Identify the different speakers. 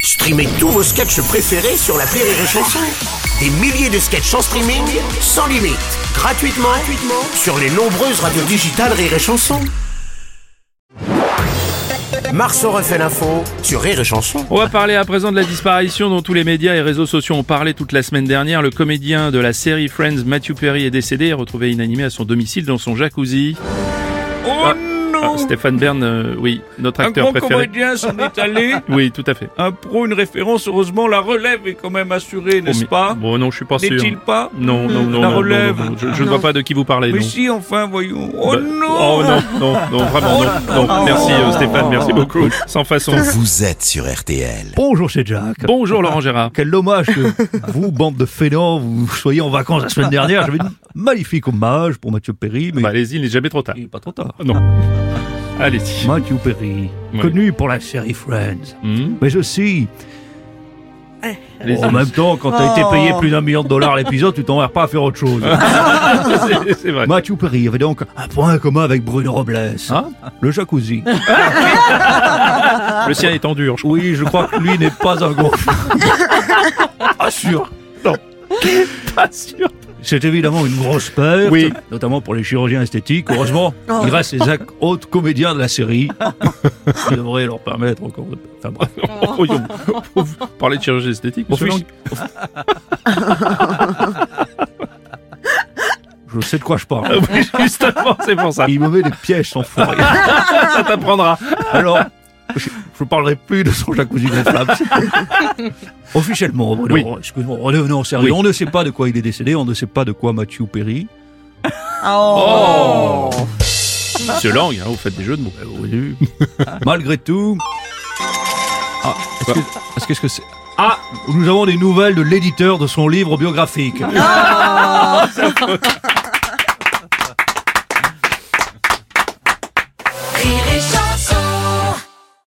Speaker 1: Streamez tous vos sketchs préférés sur la Rire et Chanson. Des milliers de sketchs en streaming, sans limite, gratuitement, gratuitement sur les nombreuses radios digitales Rire et Chanson. Marceau refait l'info sur Rire et Chanson.
Speaker 2: On va parler à présent de la disparition dont tous les médias et réseaux sociaux ont parlé toute la semaine dernière. Le comédien de la série Friends, Matthew Perry, est décédé et retrouvé inanimé à son domicile dans son jacuzzi.
Speaker 3: Oh
Speaker 2: Ah,
Speaker 3: non
Speaker 2: Ah, Stéphane Bern, euh, oui, notre
Speaker 3: Un
Speaker 2: acteur
Speaker 3: grand
Speaker 2: préféré.
Speaker 3: comédien s'en est allé.
Speaker 2: Oui, tout à fait.
Speaker 3: Un pro, une référence. Heureusement, la relève est quand même assurée,
Speaker 2: Oh,
Speaker 3: n'est-ce
Speaker 2: mais-
Speaker 3: pas
Speaker 2: Bon, non, je suis pas sûr.
Speaker 3: N'est-il pas
Speaker 2: Non, non, non,
Speaker 3: La
Speaker 2: non, non,
Speaker 3: relève.
Speaker 2: non, non, je, je
Speaker 3: Ah,
Speaker 2: ne vois
Speaker 3: non.
Speaker 2: pas de qui vous parlez.
Speaker 3: Mais
Speaker 2: non.
Speaker 3: si, enfin, voyons. Oh
Speaker 2: Bah,
Speaker 3: non Oh,
Speaker 2: Oh non, non, non, vraiment non. non. Merci euh, Stéphane, merci beaucoup. Sans façon.
Speaker 4: Vous êtes sur RTL.
Speaker 5: Bonjour, c'est Jack.
Speaker 2: Bonjour Laurent Gérard.
Speaker 5: Quel dommage que Ah, vous, bande de fainéants, vous soyez en vacances la semaine dernière. J'avais une magnifique hommage pour Mathieu Perry, mais
Speaker 2: Bah, allez-y, il n'est jamais trop tard.
Speaker 5: il est pas trop tard.
Speaker 2: Non. Allez-y.
Speaker 3: Oh,
Speaker 5: Mathieu Perry,
Speaker 2: Oui.
Speaker 5: connu pour la série Friends,
Speaker 2: Hmm,
Speaker 5: mais aussi,
Speaker 2: allez-y.
Speaker 5: en même temps, quand t'as été payé plus d'un million de dollars l'épisode, tu t'emmerdes pas à faire autre chose.
Speaker 2: C'est- C'est vrai.
Speaker 5: Mathieu Perry avait donc un point commun avec Bruno Robles.
Speaker 2: Ah.
Speaker 5: le jacuzzi.
Speaker 2: Le sien est en dur, je crois.
Speaker 5: Oui, je crois que lui n'est pas un gonfle. Ah sûr.
Speaker 2: Pas sûr.
Speaker 5: C'est évidemment une grosse perte,
Speaker 2: Oui.
Speaker 5: notamment pour les chirurgiens esthétiques. Heureusement, il reste les ac- autres comédiens de la série. qui devraient leur permettre encore de... Enfin bref.
Speaker 2: Voyons. Vous parlez de chirurgie esthétique,
Speaker 5: Mon
Speaker 2: monsieur
Speaker 5: fils-
Speaker 2: Lang
Speaker 5: Je sais de quoi je parle.
Speaker 2: Oui, Justement, c'est pour ça.
Speaker 5: Il me met des pièges sans fond.
Speaker 2: Ça t'apprendra.
Speaker 5: Alors, je ne parlerai plus de son jacuzzi gonflable. c'est tout. Officiellement, Bruno,
Speaker 2: Oui.
Speaker 5: excuse-moi, redevenons au sérieux.
Speaker 2: Oui.
Speaker 5: On ne sait pas de quoi il est décédé, on ne sait pas de quoi Mathieu Perry.
Speaker 2: Oh Monsieur Lang, hein, vous faites des jeux de mots.
Speaker 5: Malgré tout. Ah, est-ce que- est-ce que- est-ce que c'est. Ah Nous avons des nouvelles de l'éditeur de son livre biographique.